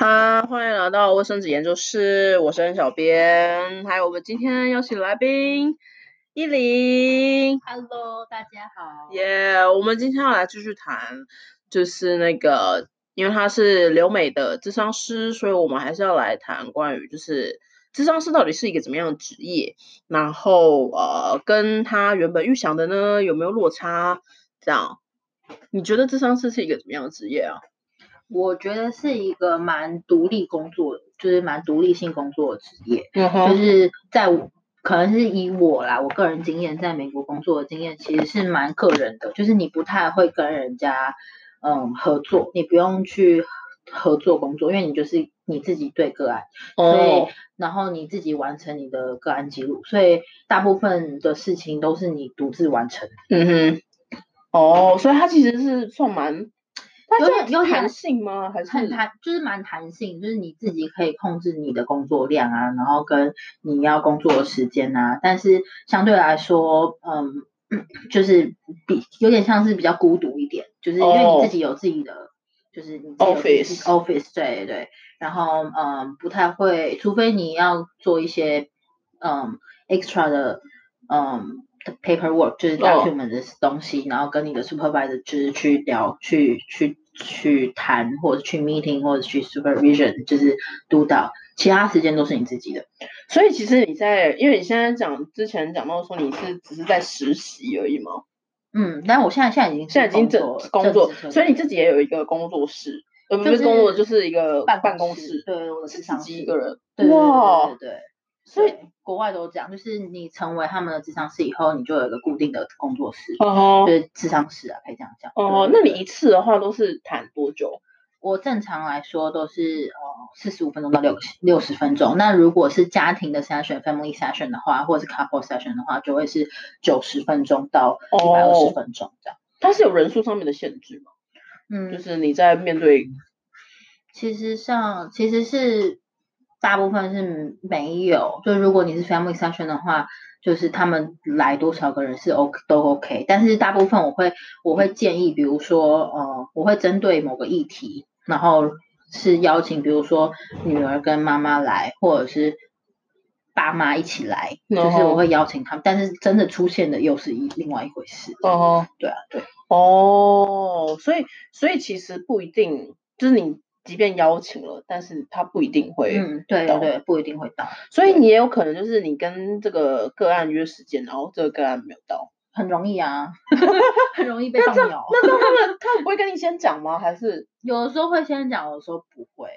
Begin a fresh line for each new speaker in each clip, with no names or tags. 哈，欢迎来到卫生纸研究室，我是任小编，还有我们今天邀请来宾依林，
Hello，大家好。
耶、我们今天要来继续谈，就是那个，因为他是留美的智商师，所以我们还是要来谈关于就是智商师到底是一个怎么样的职业，然后呃，跟他原本预想的呢有没有落差？这样，你觉得智商师是一个怎么样的职业啊？
我觉得是一个蛮独立工作，就是蛮独立性工作的职业，
嗯
就
哼，
是在我可能是以我啦，我个人经验，在美国工作的经验其实是蛮个人的，就是你不太会跟人家嗯合作，你不用去合作工作，因为你就是你自己对个案，所
哦
以，然后你自己完成你的个案记录，所以大部分的事情都是你独自完成。
嗯哼，哦，所以他其实是算蛮，它
有
算
点有点
弹性吗？还是
很弹，就是蛮弹性，就是你自己可以控制你的工作量啊，然后跟你要工作的时间啊。但是相对来说，嗯，就是比有点像是比较孤独一点，就是因为
哦
你自己有自己的，就是你自己有自己
Office
office 对对。然后嗯，不太会，除非你要做一些嗯 extra 的嗯 paperwork，就是
哦
document 的东西然后跟你的 supervisor 就是去聊、去去去谈，或者去 meeting，或者去 supervision，就是督导。其他时间都是你自己的，
所以其实你在，因为你现在讲之前讲到说你是只是在实习而已嘛，
嗯，但我现在现在已经是
现在已经整
工作
工作
正式，
所以你自己也有一个工作室，呃，不
就是
工作，就是一个
办
办公
室
室，
对我的
是
职
自
场
己
室
一个人，
对对对
哇
对，对对，
所以，
对国外都这样，就是你成为他们的智商师以后，你就有一个固定的工作室，
哦吼
就是智商室啊，可以这样讲。
哦，
对
那你
对对
一次的话都是谈多久？
我正常来说都是呃四十五分钟到六六十分钟。那如果是家庭的 session、family session 的话，或者是 couple session 的话，就会是九十分钟到一百二十
哦，
分钟这样。
它是有人数上面的限制吗？就
嗯，
是你在面对，
其实上其实是大部分是没有，就如果你是 family session 的话，就是他们来多少个人是 O 都 OK，但是大部分我会我会建议，比如说呃，我会针对某个议题，然后是邀请，比如说女儿跟妈妈来，或者是。爸妈一起来，就是
哦
我会邀请他们，但是真的出现的又是一另外一回事。
哦吼。
对啊，对，
哦，所以所以其实不一定，就是你即便邀请了，但是他不一定会，
嗯，对对
懂
对，不一定会到。
所以你也有可能就是你跟这个个案约时间，然后这个个案没有到，
很容易啊， 很容易被
那
放
这
鸟
样。那这样他们他们不会跟你先讲吗？还是
有的时候会先讲，有的时候不会，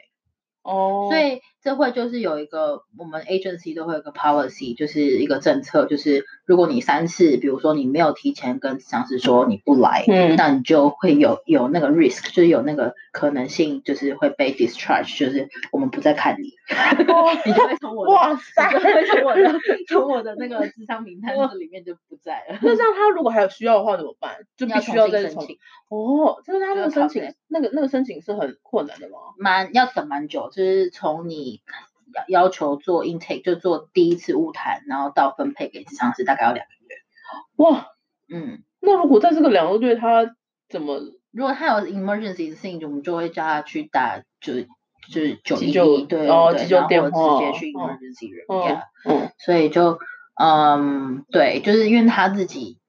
哦，
所以这会就是有一个我们 agency 都会有一个 policy，就是一个政策，就是如果你三次，比如说你没有提前跟上司说你不来，
嗯
那你就会有有那个 risk，就是有那个可能性，就是会被 discharge，就是我们不再看你， 你就会从我的，
哇塞
你，就会从我的从我的那个智商名单这里面就不在了。
那这样他如果还有需要的话怎么办？就必
要
须
重
要
新
再
申
重
请，
哦，就是他那
就
个
要
申
考
请
虑
那个那个申请是很困难的吗？
蛮要等蛮久，就是从你要要求做 intake，就做第一次物谈，然后到分配给智商师，大概要两个
哇，
月。嗯，
那如果在这个两个月他怎么
如果他有 emergency 的事情，我们就会叫他去打就是就是九
急
一
救
一，对
哦
对
急救
然后
电
或者
话
直接去
嗯
emergency 人
嗯
家，
嗯
所以就嗯对，就是因为他自己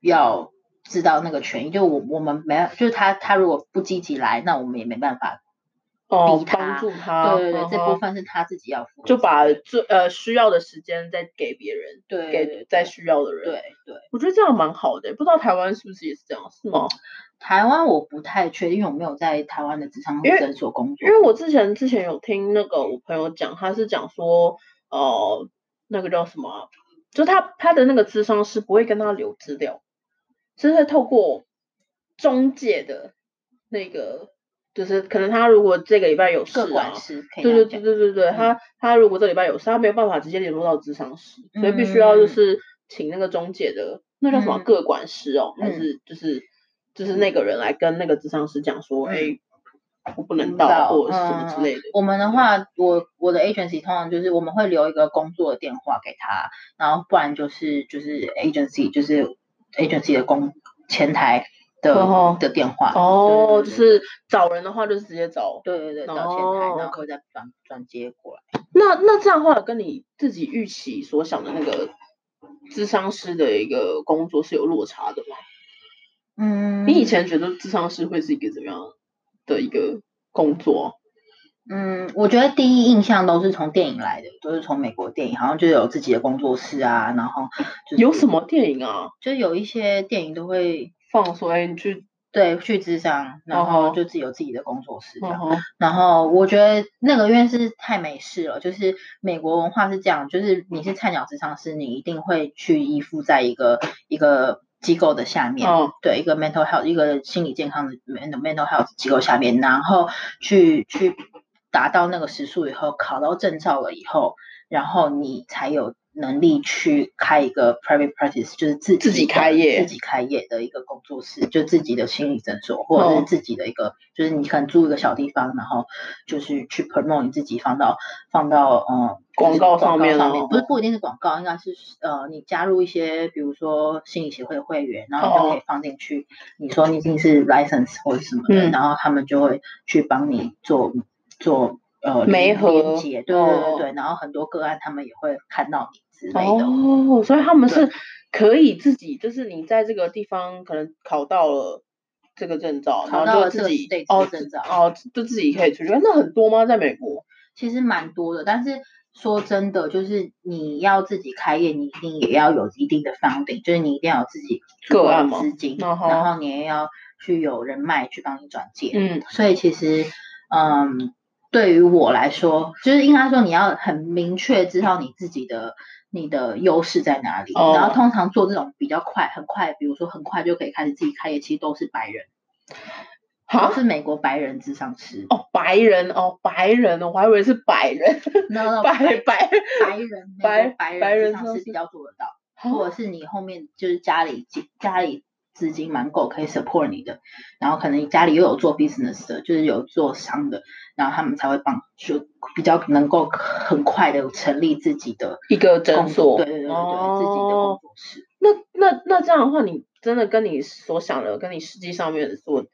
要知道那个权益，就我我们没有，就是他他如果不积极来，那我们也没办法。
哦
逼
帮
他
助他？
对对对，这
嗯哼
部分是他自己要负责的，
就把最呃需要的时间再给别人，
对对
给再需要的人。
对，对。
我觉得这样蛮好的，不知道台湾是不是也是这样，是吗？
台湾我不太确定，因为我没有在台湾的职场
因为
诊所工作。
因为我之前之前有听那个我朋友讲，他是讲说，哦、那个叫什么啊、就他他的那个智商是不会跟他留资料，就是透过中介的那个，就是可能他如果这个礼拜有事
各
啊
管。师可以
对
这
对
样
对
讲，
对对对，
嗯
他他如果这礼拜有事，他没有办法直接联络到咨商师，所以必须要就
嗯
是请那个中介的那叫什么
嗯
个管师哦，还
嗯
是就是就是那个人来跟那个咨商师讲说，
嗯
哎，我不
不
能
知
到
道
或者是什么之
嗯
类的。
我们的话，我我的 agency 通常就是我们会留一个工作的电话给他，然后不然就是就是 agency 就是 agency 的工前台的、
哦
的电话。
哦，就
对
是找人的话，就是直接找。
对对对，到前台，
哦
然后会再转转接过来。
那那这样的话，跟你自己预期所想的那个智商师的一个工作是有落差的吗？
嗯
你以前觉得智商师会是一个怎么样的一个工作？
嗯，我觉得第一印象都是从电影来的，都是从美国电影，好像就有自己的工作室啊，然后就是
有什么电影啊？
就有一些电影都会
放说，哎，你去，
对去智商，然
哦
后就自己有自己的工作室这样。
哦
然后我觉得那个因为是太美式了，就是美国文化是这样，就是你是菜鸟职场师，你一定会去依附在一个一个机构的下面，
哦
对一个 mental health 一个心理健康的 mental mental health 机构下面，然后去去达到那个时数以后，考到证照了以后，然后你才有能力去开一个 private practice，就是自己
自己
的
开业
自己开业的一个工作室，就自己的心理诊所，或者
哦
是自己的一个，就是你可能租一个小地方，然后就是去 promote 你自己，放到放到嗯
广告上
上
面
上
哦
面，不是不一定是广告，应该是呃你加入一些比如说心理协会的会员，然后你
哦
就可以放进去，你说你已经是 license 或者什么的，
嗯
然后他们就会去帮你做做呃
媒
连
合
连接，对对
哦
对对，然后很多个案他们也会看到你之类的。
哦，所以他们是可以自己，就是你在这个地方可能考到了这个证照，
考
然
到
后就
了
自
这个
己
state
哦
的证
自
照
哦，就自己可以出去。那很多吗？在美国？
其实蛮多的，但是说真的，就是你要自己开业，你一定也要有一定的 funding，就是你一定要有自己足
个
够的
案吗
资
嗯
金，然
哼
后你也要去有人脉去帮你转介。
嗯，
所以其实，嗯，对于我来说，就是应该说你要很明确知道你自己的你的优势在哪里。
哦
然后通常做这种比较快、很快，比如说很快就可以开始自己开业，其实都是白人，都
哈
是美国白人智商师。
哦，白人哦，白人哦，我还以为是 白人，
那那
白白
哦白人美国
白
白
白人
人职
上
场是
市
比较做得到，
哦
或者是你后面就是家里经家里资金蛮够可以 support 你的，然后可能你家里又有做 business 的，就是有做商的，然后他们才会帮就比较能够很快的成立自己的
一个诊
工
所，
对对对对对，自己的工
哦，
作室。
那那那这样的话，你真的跟你所想的，跟你实际上面所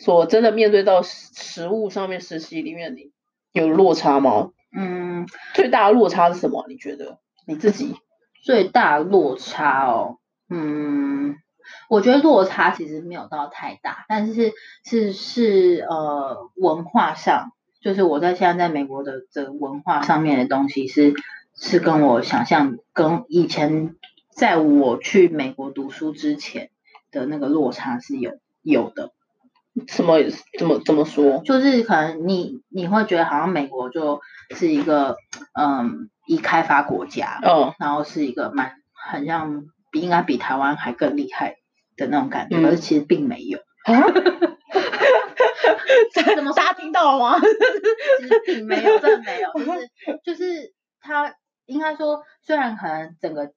所真的面对到实实物上面实习里面，你有落差吗？
嗯，
最大的落差是什么？你觉得你自己？
最大的落差哦，嗯，我觉得落差其实没有到太大，但是是是呃文化上，就是我在现在在美国的这个文化上面的东西是是跟我想象跟以前在我去美国读书之前的那个落差是有有的，
什么怎么怎么说？
就是可能你你会觉得好像美国就是一个嗯已开发国家，
嗯
然后是一个蛮很像比应该比台湾还更厉害的那种感觉，
嗯
可是其实并没有，
啊，
怎么说
大家听到了 吗？
就是 并嗯没有，真的没有， 就是就是他应该说，虽然可能整个。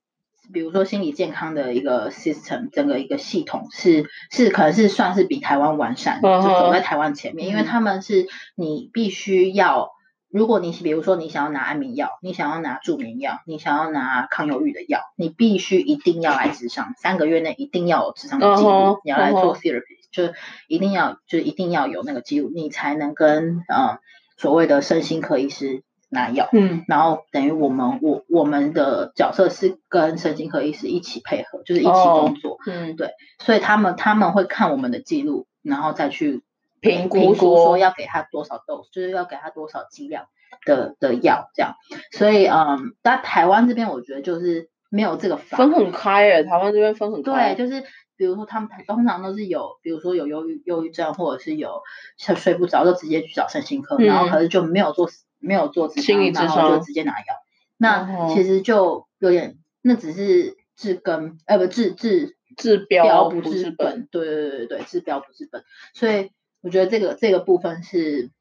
比如说心理健康的一个 system，整个一个系统是是可能是算是比台湾完善的，
嗯哼
就走在台湾前面，因为
嗯
他们是你必须要，如果你比如说你想要拿安眠药，你想要拿助眠药，你想要拿抗忧郁的药，你必须一定要来智商，三个月内一定要有智商的记录
嗯哼
你要来
嗯
做
哼
therapy，就是一定要就是一定要有那个记录，你才能跟呃所谓的身心科医师拿药。
嗯，
然后等于我们我我们的角色是跟身心科医师一起配合，就是一起
哦
工作，
嗯
所以他们他们会看我们的记录，然后再去
评估
估
说
说要给他多少 dose，就是要给他多少剂量的的药这样。所以嗯，在台湾这边我觉得就是没有这个法
分很开诶，台湾这边分很
对，
开。
就是比如说他们通常都是有，比如说有忧郁忧郁症，或者是有睡睡不着，就直接去找身心科，然后
嗯
可是就没有做没有做咨
心理
询，
咨
然后就
商
直接拿药。
哦
那其实就有点，那只是治根，呃，不治治
治标
不
不治
治
本
本，对对对对，治标不治本。所以我觉得这个这个部分是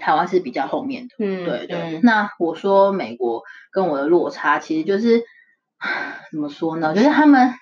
台湾是比较后面的。
嗯，
对对，
嗯
那我说美国跟我的落差，其实就是 怎么说呢？就是他们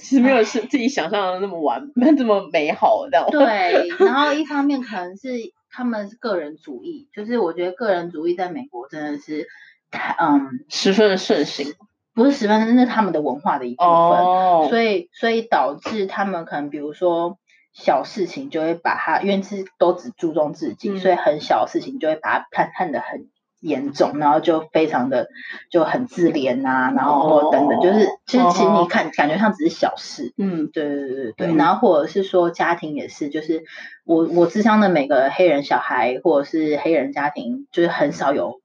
其实没有是自己想象的那么完，没这么美好这 样。
对，然后一方面可能是他们是个人主义，就是我觉得个人主义在美国真的是太，嗯，
十分的盛行。
不是十分钟，那是他们的文化的一部分。
哦，
所以所以导致他们可能比如说小事情就会把它，因为是都只注重自己，
嗯
所以很小的事情就会把它看看得很严重，然后就非常的就很自怜啊，然后或等等，就是其实其实
哦
你看感觉上只是小事。
嗯
对对对对对，
嗯
然后或者是说家庭也是，就是我我智商的每个黑人小孩或者是黑人家庭，就是很少有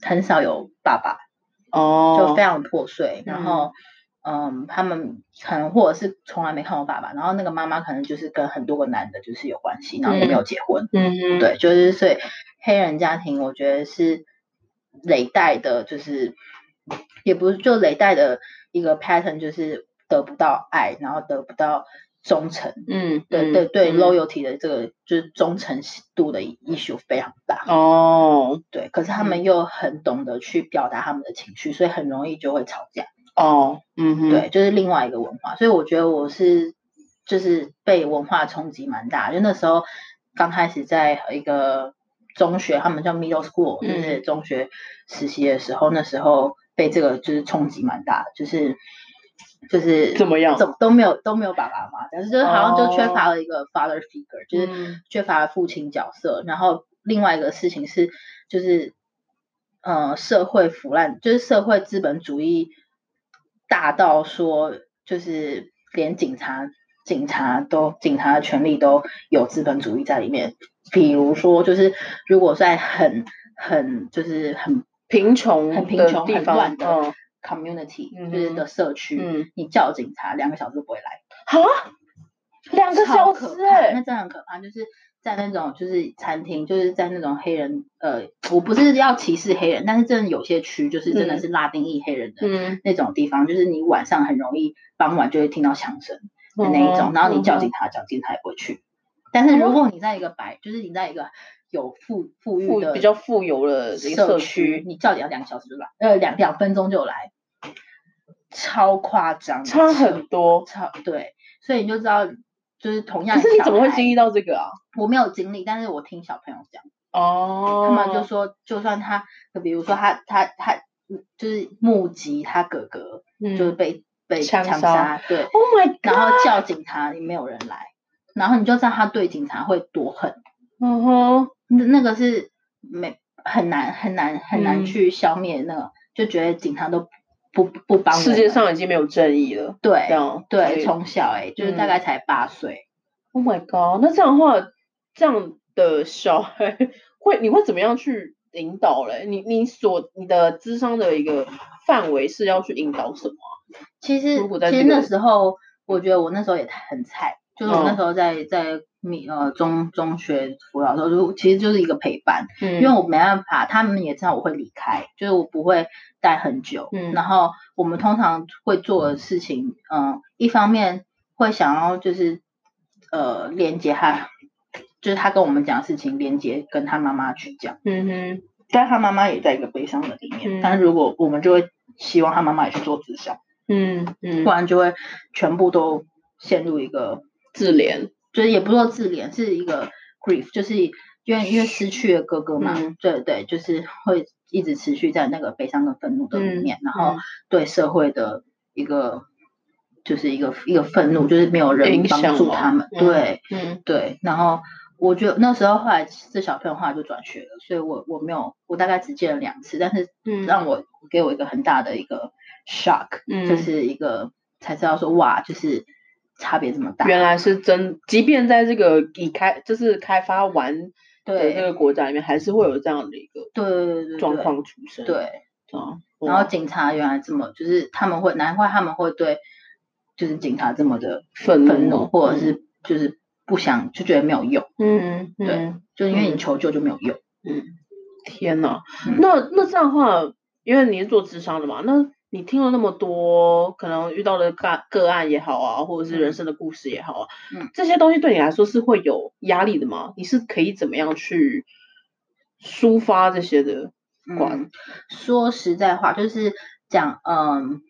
很少有爸爸，
哦，
就非常破碎。然后，嗯，他们可能或者是从来没看过爸爸，然后那个妈妈可能就是跟很多个男的就是有关系，然后也没有结婚。
嗯哼，
对，就是所以黑人家庭，我觉得是累代的，就是也不是就累代的一个 pattern，就是得不到爱，然后得不到忠诚。
嗯，
对
嗯
对对
嗯
，loyalty 的这个就是忠诚度的 issue 非常大。
哦
对，可是他们又很懂得去表达他们的情绪，所以很容易就会吵架。
哦，嗯哼，
对，就是另外一个文化。所以我觉得我是就是被文化冲击蛮大的，就那时候刚开始在一个中学，他们叫 middle school，就是
嗯
中学实习的时候，那时候被这个就是冲击蛮大的，就是。就是
怎么样
怎么都没有都没有爸爸妈妈，但是就是好像就缺
哦
乏了一个 father figure，、就是
嗯
缺乏父亲角色。然后另外一个事情是，就是呃，社会腐烂，就是社会资本主义大到说，就是连警察、警察都警察的权利都有资本主义在里面。比如说，就是如果在很很就是很
贫穷
很贫
的
穷、
地
很
方
乱的
嗯
community，、
嗯
就是
哼
的社区，
嗯
你叫警察两个小时都不会来。
哈，两个
超
小
可
时
怕
哎、
那真的很可怕，就是在那种就是餐厅，就是在那种黑人，呃，我不是要歧视黑人，但是真的有些区就是真的
嗯
是拉丁裔黑人的
嗯，
那种地方，就是你晚上很容易傍晚就会听到枪声的那一
嗯
种，然后你叫
嗯
警察，叫警察也不会去。但是
哦
如果你在一个白，就是你在一个有富富裕
富
的
比较富有的一个
社
社区
你叫警察两个小时就来，呃，两两分钟就来，超夸张的，
差很多。
超对，所以你就知道，就是同样。
可是你怎么会经历？到这个啊？
我没有经历，但是我听小朋友讲，
哦，
他们就说，就算他，比如说他他他，就是目击他哥哥
嗯
就是被被
枪
枪
杀
杀，对，
，Oh my
然
God，
后叫警察，也没有人来，然后你就知道他对警察会多恨，
嗯哼，
那那个是没很难很难很
嗯
难去消灭那个，就觉得警察都不不不帮我
世界
们
上已经没有正义了，这
对
样所
对，
以
从小哎、就是大
嗯
概才八岁。
，Oh my God，那这样的话，这样的小孩会，你会怎么样去引导嘞？你你所你的智商的一个范围是要去引导什么？
其实
如果在
其实
这个
那时候，我觉得我那时候也很菜，就是我
嗯
那时候在、在米呃中中学辅导的时候，就其实就是一个陪伴，
嗯
因为我没办法，他们也知道我会离开，就是我不会待很久。
嗯
然后我们通常会做的事情，嗯、一方面会想要就是呃连接他，就是他跟我们讲的事情连接跟他妈妈去讲，
嗯哼，
但他妈妈也在一个悲伤的里
嗯
面，但如果我们就会希望他妈妈也去做自杀。
嗯嗯
不，然就会全部都陷入一个，
自怜，
就是也不是说自怜，是一个 grief，就是因为因为失去了哥哥嘛，
嗯
对对，就是会一直持续在那个悲伤跟愤怒的里面，然后
嗯
对社会的一个就是一个一个愤怒，就是没有人
影响
帮助
了
他们，
嗯
对
嗯
对，然后。我觉得那时候后来这小朋友后来就转学了，所以我我没有我大概只见了两次，但是
嗯
让我给我一个很大的一个 shock，、
嗯
就是一个才知道说哇，就是差别这么大。
原来是真，即便在这个已开就是开发完的
对
这
对
个国家里面，还是会有这样的一个
对对对
状况出生。
对。
啊，
然后
哇
警察原来这么，就是他们会，难怪他们会对，就是警察这么的
愤
愤怒，或者
嗯
是就是不想，就觉得没有用，
嗯，
对
嗯
就因为你
嗯
求救就没有用。
天呐，
嗯
那那这样的话，因为你是做智商的嘛，那你听了那么多可能遇到的个个案也好啊，或者是人
嗯
生的故事也好啊，
嗯
这些东西对你来说是会有压力的吗？你是可以怎么样去抒发这些的？管
嗯，说实在话，就是讲，嗯，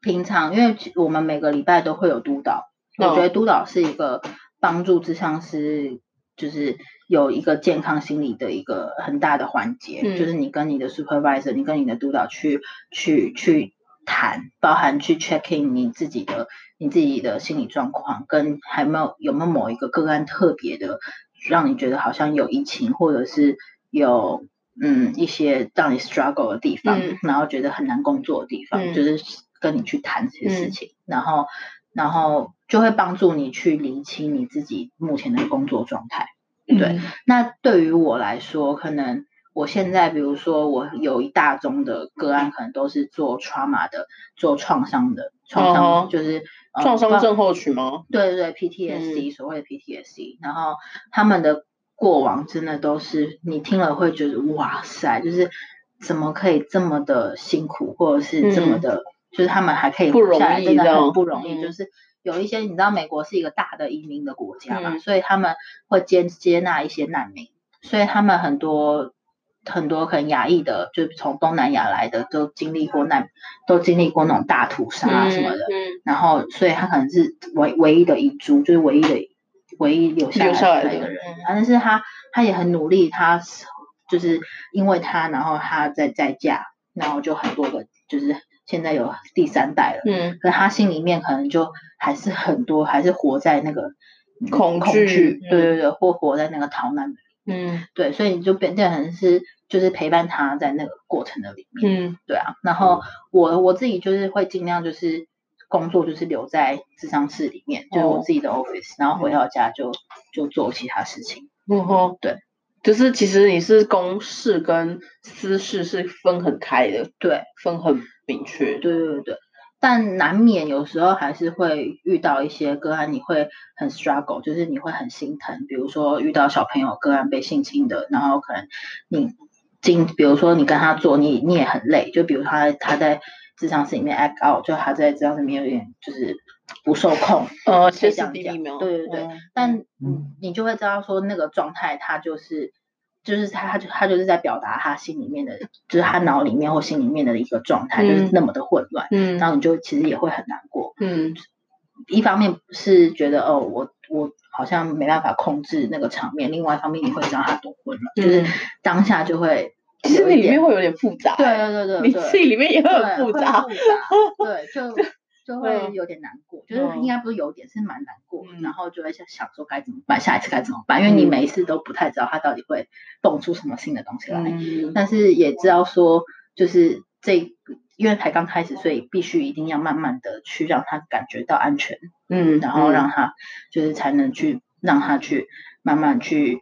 平常因为其我们每个礼拜都会有督导，我
嗯
觉得督导是一个帮助智商师，就是有一个健康心理的一个很大的环节，
嗯
就是你跟你的 supervisor，你跟你的督导去去去谈，包含去 check in 你自己的你自己的心理状况，跟还没有有没有某一个个案特别的让你觉得好像有疫情，或者是有嗯一些让你 struggle 的地方，
嗯
然后觉得很难工作的地
嗯
方，就是跟你去谈这些事
嗯
情，然后然后就会帮助你去理清你自己目前的工作状态。对，那对于我来说，可能我现在，比如说我有一大宗的个案，可能都是做 trauma 的，做创伤的，创伤、
哦
就是、呃
创伤。
不
症候群吗？
对对对，PTSD、
嗯
所谓的 PTSD，然后他们的过往真的都是你听了会觉得哇塞，就是怎么可以这么的辛苦，或者是这么
嗯
的，就是他们还可以
不
活下
容
来
易
真的
这
很
样
不容易，
嗯
就是有一些你知道，美国是一个大的移民的国家嘛，
嗯
所以他们会接接纳一些难民，所以他们很多很多可能亚裔的，就是从东南亚来的，都经历过难，都经历过那种大屠杀啊什么的，
嗯，
然后所以他可能是唯唯一的遗珠，就是唯一的唯一留下
留下
来
来
的一
的嗯
个人。但是他他也很努力，他就是因为他，然后他在再嫁，然后就很多个，就是现在有第三代了。
嗯，
可是他心里面可能就还是很多，还是活在那个嗯
恐
恐
惧
惧，
嗯
对对对，或活在那个逃难，
嗯
对，所以你就变变成是就是陪伴他在那个过程的里面。
嗯
对啊，然后我我自己就是会尽量就是工作就是留在智商室里面，就是我
哦
自己的 office，然后回到家就就做其他事情。
嗯，然后
对，
就是其实你是公事跟私事是分很开的，
对，
分很明确。
对对对对，但难免有时候还是会遇到一些个案，你会很 struggle，就是你会很心疼。比如说遇到小朋友个案被性侵的，然后可能你经，比如说你跟他做，你你也很累。就比如他他在智商室里面 act out，就他在智商室里面有点就是不受控，
呃，
可以
歇
这
斯
样
底
讲
里没有，
对对对
嗯
但你你就会知道说那个状态，他就是就是他他就他就是在表达他心里面的，就是他脑里面或心里面的一个状态，就是
嗯
那么的混乱，
嗯
然后你就其实也会很难过。
嗯
一方面是觉得哦，我我好像没办法控制那个场面，另外一方面你会知道他多混乱，就是
嗯
当下就会
其实
有一
你里
点
面会有点复杂，哎
对对对对
你
对，
自己里面也会
对，
很复
会
杂，
复杂 对，就就会
嗯
有点难过，就是应该不是有点，是蛮难过的，
嗯
然后就会想想说该怎么办，下一次该怎么办，因为你
嗯
每一次都不太知道它到底会蹦出什么新的东西来，
嗯
但是也知道说，就是这因为才刚开始，所以必须一定要慢慢的去让他感觉到安全，
嗯
然后让他就是才能去让他去慢慢去，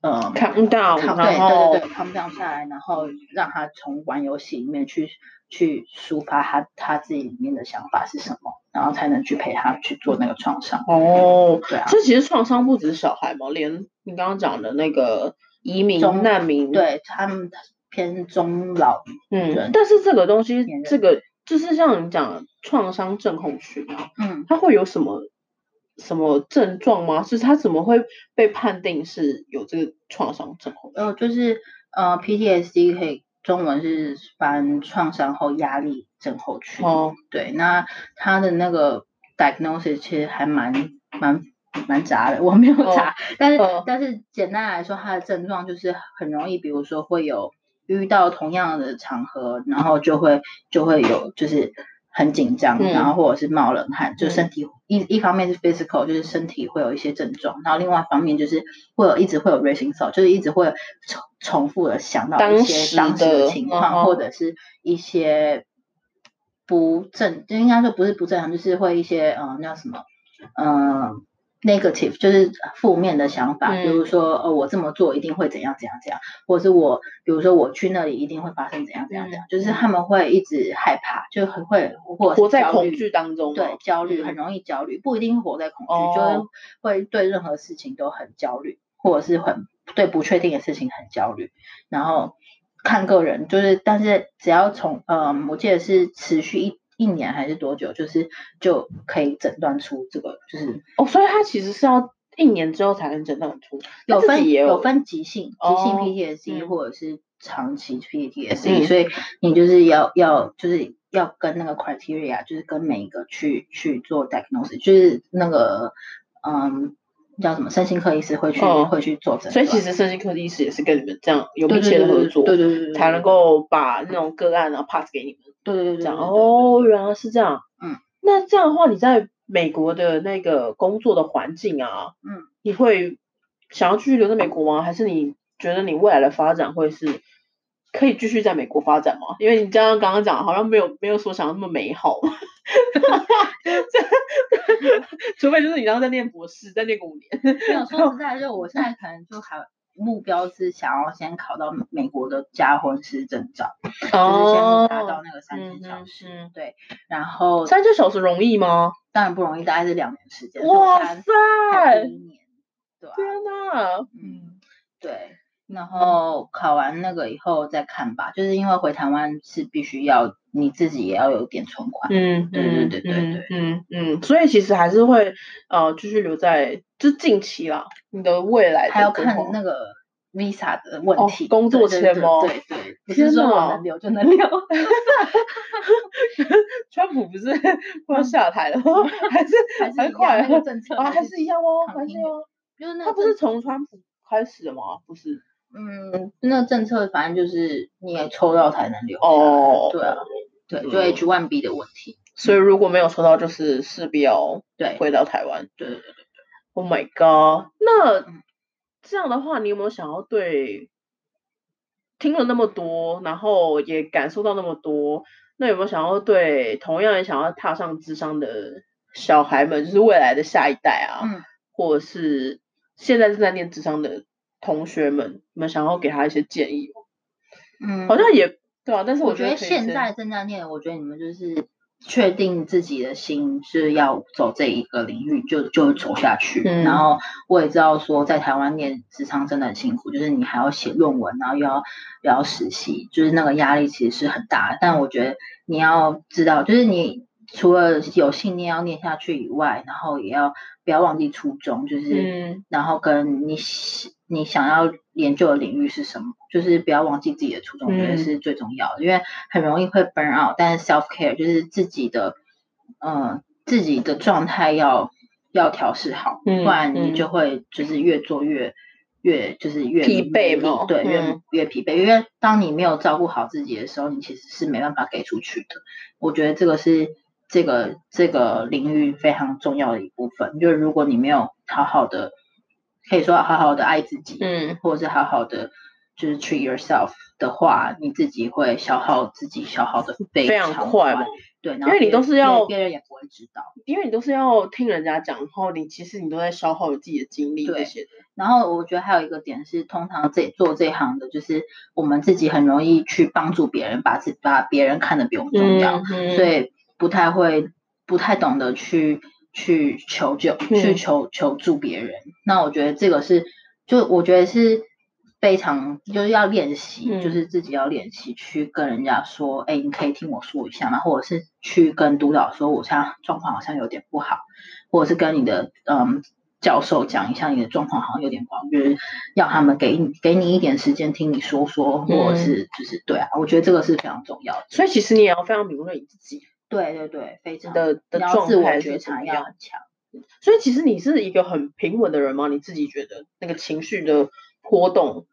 呃，
看到，
靠
然
对对
后
对，他们这样下来，然后让他从玩游戏里面去去抒发他他自己里面的想法是什么，然后才能去陪他去做那个创伤。
哦，
对啊，
这其实创伤不只是小孩嘛，连你刚刚讲的那个移民
中
难民，，
对他们偏中老，
嗯
人，
但是这个东西
年，人
这个就是像你讲的创伤症候群啊，
嗯，
它会有什么什么症状吗？就是它怎么会被判定是有这个创伤症候群？
呃，就是呃，PTSD 可以中文是翻创伤后压力症候群。
哦，
对，那他的那个 diagnosis 其实还蛮蛮蛮杂的，我没有
哦
查，但是、
哦
但是简单来说，他的症状就是很容易，比如说会有遇到同样的场合，然后就会就会有就是很紧张，
嗯
然后或者是冒冷汗，就
嗯
身体、一一方面是 physical，就是身体会有一些症状，然后另外一方面就是会有一直会有 racing thought，就是一直会重重复的想到一
当
些
时
当时
的
情
嗯
况，
哼
或者是一些不正，就应该说不是不正常，就是会一些呃那叫什么呃 negative，就是负面的想法，比
嗯
如说呃我这么做一定会怎样怎样怎样，或者是我比如说我去那里一定会发生怎样怎样怎样，就是他们会一直害怕，就很会或者
嗯
是
活在
焦
恐
虑
惧当中吗
对，焦虑
嗯
很容易焦虑，不一定活在恐惧，就是
哦
会对任何事情都很焦虑，或者是很对不确定的事情很焦虑。然后看个人，就是但是只要从嗯，我记得是持续一一年还是多久，就是就可以诊断出这个，就是
哦，所以它其实是要一年之后才能诊断出，它
有
自己
分
也有
分急性急性
哦
PTSD
嗯
或者是长期 PTSD，、
嗯
所以你就是要要就是。要跟那个 criteria，就是跟每一个去去做 diagnosis，就是那个嗯叫什么身心科医师会去、
哦
会去做诊
所
断，
以其实身心科的医师也是跟你们这样有
啊对
密
对
切
对
的合
对
作，
对对对对，
才能够把那种个案啊 pass 给你们。
对对对对，
这样
对对对
哦，原来是这样。
嗯，
那这样的话，你在美国的那个工作的环境啊，
嗯，
你会想要继续留在美国吗？还是你觉得你未来的发展会是可以继续在美国发展吗？因为你刚刚刚刚讲，好像没有没有所想的那么美好 嘛。除非就是你刚刚在念博士，再念个五 年。
没有，说实在，就我现在可能就还目标是想要先考到美国的加婚师证照，就是先达到，那个三千小时。
哦嗯哼
对，然后
三千小时容易吗？
当然不容易，大概是两年时间。所以我
哇
现在才
塞
第！一年，对吧、
天哪，
嗯，对。然后考完那个以后再看吧，就是因为回台湾是必须要你自己也要有点存款。
嗯，
对对
嗯
对对
嗯嗯嗯，所以其实还是会呃继续留在就近期啦，你的未来
还
的
要
规
看
划
那个 visa 的问
哦
题，
工作
对对
签
对
吗
对对，不是
天
说我
哪
能留就 能留。
川普不 是快要下台了吗，还是
还
嗯 还
是一样
快
那个政策
啊，还是一样哦，还
躺
是
平
哦，
就是那
他不
个
是
政
从川普开始的吗？不是
嗯，那个政策反正就是你也抽到才能留下来
哦，
对啊，对，就
嗯
H one B 的问题，
所以如果没有抽到，就是势必要
对
回到台湾。
对对
Oh my god！那
嗯
这样的话，你有没有想要对听了那么多，然后也感受到那么多，那有没有想要对同样也想要踏上智商的小孩们，就是未来的下一代啊，
嗯
或者是现在正在念智商的同学们，你们想要给他一些建议吗？
嗯，
好像也对啊，但是
我
觉
觉得
可以
现
先
在正在念，我觉得你们就是确定自己的心是要走这一个领域，就就走下去。
嗯
然后我也知道说，在台湾念职场真的很辛苦，就是你还要写论文，然后又要又要实习，就是那个压力其实是很大的。但我觉得你要知道，就是你除了有信念要念下去以外，然后也要不要忘记初衷，就是
嗯
然后跟你喜你想要研究的领域是什么，就是不要忘记自己的初衷，我觉得
嗯
是最重要的，因为很容易会 burn out。但是 self care 就是自己的，呃，自己的状态要要调试好，
嗯
不然你
嗯
就会就是越做越越就是越
疲惫
没力
嘛
对，越、
嗯
越疲惫。因为当你没有照顾好自己的时候，你其实是没办法给出去的。我觉得这个是这个这个领域非常重要的一部分，就是如果你没有好好的，可以说好好的爱自己，
嗯
或者是好好的就是 treat yourself 的话，你自己会消耗自己消耗 的非
非常快嘛，
对，然
因
后
为你
别人
都是要
别人别人也不会知道。
因为你都是要听人家讲，然后你其实你都在消耗你自己的精力这
对
些的。
然后我觉得还有一个点是，通常这做这行的，就是我们自己很容易去帮助别人，把自把别人看得比我们重要。
嗯
所以不太会、不太懂得去去求救、去
嗯
求求助别人。那我觉得这个是，就我觉得是非常就是要练习，就
嗯
是自己要练习去跟人家说，哎、你可以听我说一下吗？或者是去跟督导说，我现在状况好像有点不好，或者是跟你的嗯。教授讲一下你的状况，好像有点不好，就是要他们给你给你一点时间听你说说，或者
嗯
是就是对啊，我觉得这个是非常重要的。
所以其实你也要非常敏锐你自己
对对对，非常
的的
你要
状
自我
态
觉
是怎
察
么
要
样。
很强。
所以其实你是一个很平稳的人吗？你自己觉得那个情绪的波动？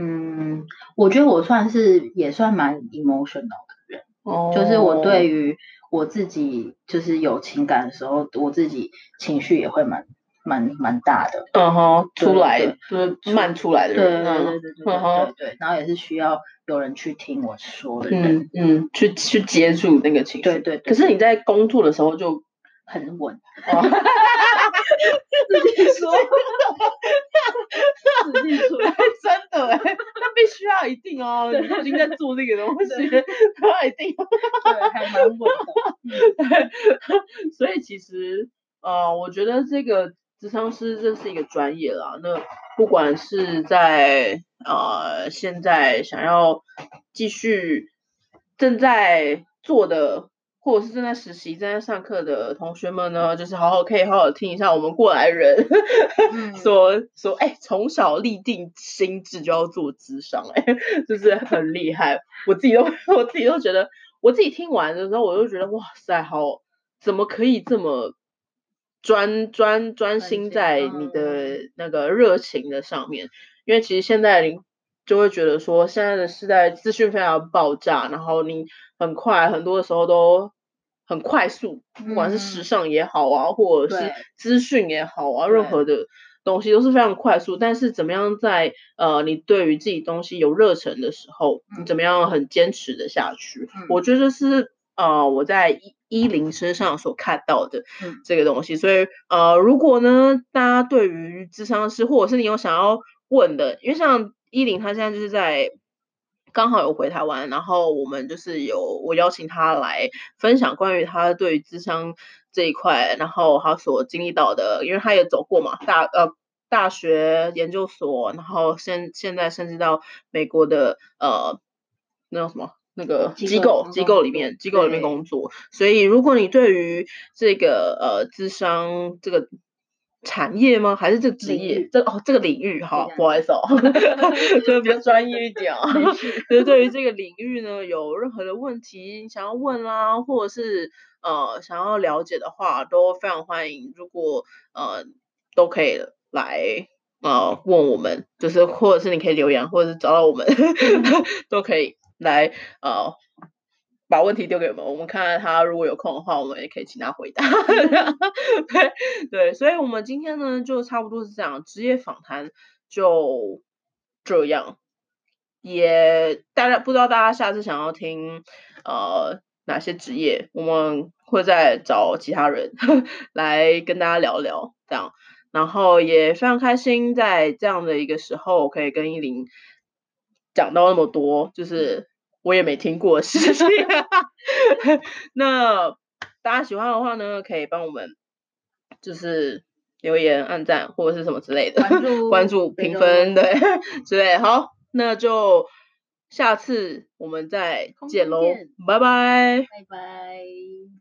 嗯，我觉得我算是也算蛮 emotional 的人，
哦
就是我对于我自己就是有情感的时候，我自己情绪也会蛮蛮蛮大的。
嗯哼出
对
来就是慢出来的
对对
人，
对
嗯
对对对
嗯哼
对对，然后也是需要有人去听我说的人，
嗯嗯，去去接住那个情绪。
对对对
可是你在工作的时候 就
很稳。
哦
自己 说， 自己说，
真的哎，那必须要一定哦，你都已经在做这个东西， 那一定
对，还蛮稳的。
所以其实呃，我觉得这个智商师这是一个专业啦。那不管是在呃现在想要继续正在做的，或者是正在实习、正在上课的同学们呢，就是好好可以好好听一下我们过来人
嗯
说说，哎、从小立定心智就要做智商、哎，就是很厉害。我自己都 我自己都觉得，我自己听完的时候，我就觉得哇塞，好，怎么可以这么专专专
专
心
心
在
嗯
你的那个热情的上面？因为其实现在就会觉得说，现在的时代资讯非常爆炸，然后你很快很多的时候都很快速，不管是时
嗯
尚也好啊，或者是
对
资讯也好啊，任
对
何的东西都是非常快速。但是怎么样在呃你对于自己东西有热忱的时候，你
嗯
怎么样很坚持的下去？
嗯
我觉得这是呃我在一一零身上所看到的
嗯
这个东西。所以呃，如果呢大家对于智商师，或者是你有想要问的，因为像一零他现在就是在。刚好有回台湾，然后我们就是有我邀请他来分享关于他对于智商这一块，然后他所经历到的，因为他也走过嘛，大呃大学研究所，然后现现在甚至到美国的呃那叫什么那个
机
机
构
构
工
机
作
构里面机构里面
对
工作，所以如果你对于这个呃智商这个产业吗？还是这个职
领
业
域？
这哦，这个领域哈，
这
不好意思 哦，就比较专业一点哦。
没事
就是 对于这个领域呢，有任何的问题你想要问啦、或者是呃想要了解的话，都非常欢迎。如果呃都可以来呃问我们，就是或者是你可以留言，或者是找到我们，
嗯
都可以来呃把问题丢给我们，我们看看他如果有空的话，我们也可以请他回答。 对对，所以我们今天呢就差不多是这样，职业访谈就这样。也大家不知道大家下次想要听呃哪些职业，我们会再找其他人 来跟大家聊聊这样。然后也非常开心，在这样的一个时候可以跟依林讲到那么多，就是我也没听过的事情。 那大家喜欢的话呢，可以帮我们就是留言、按赞或者是什么之类的，
关注
关注、
追
评
踪
分，对 之类的。好，那就下次我们再
空
见
中
喽
见，
拜拜。
拜拜。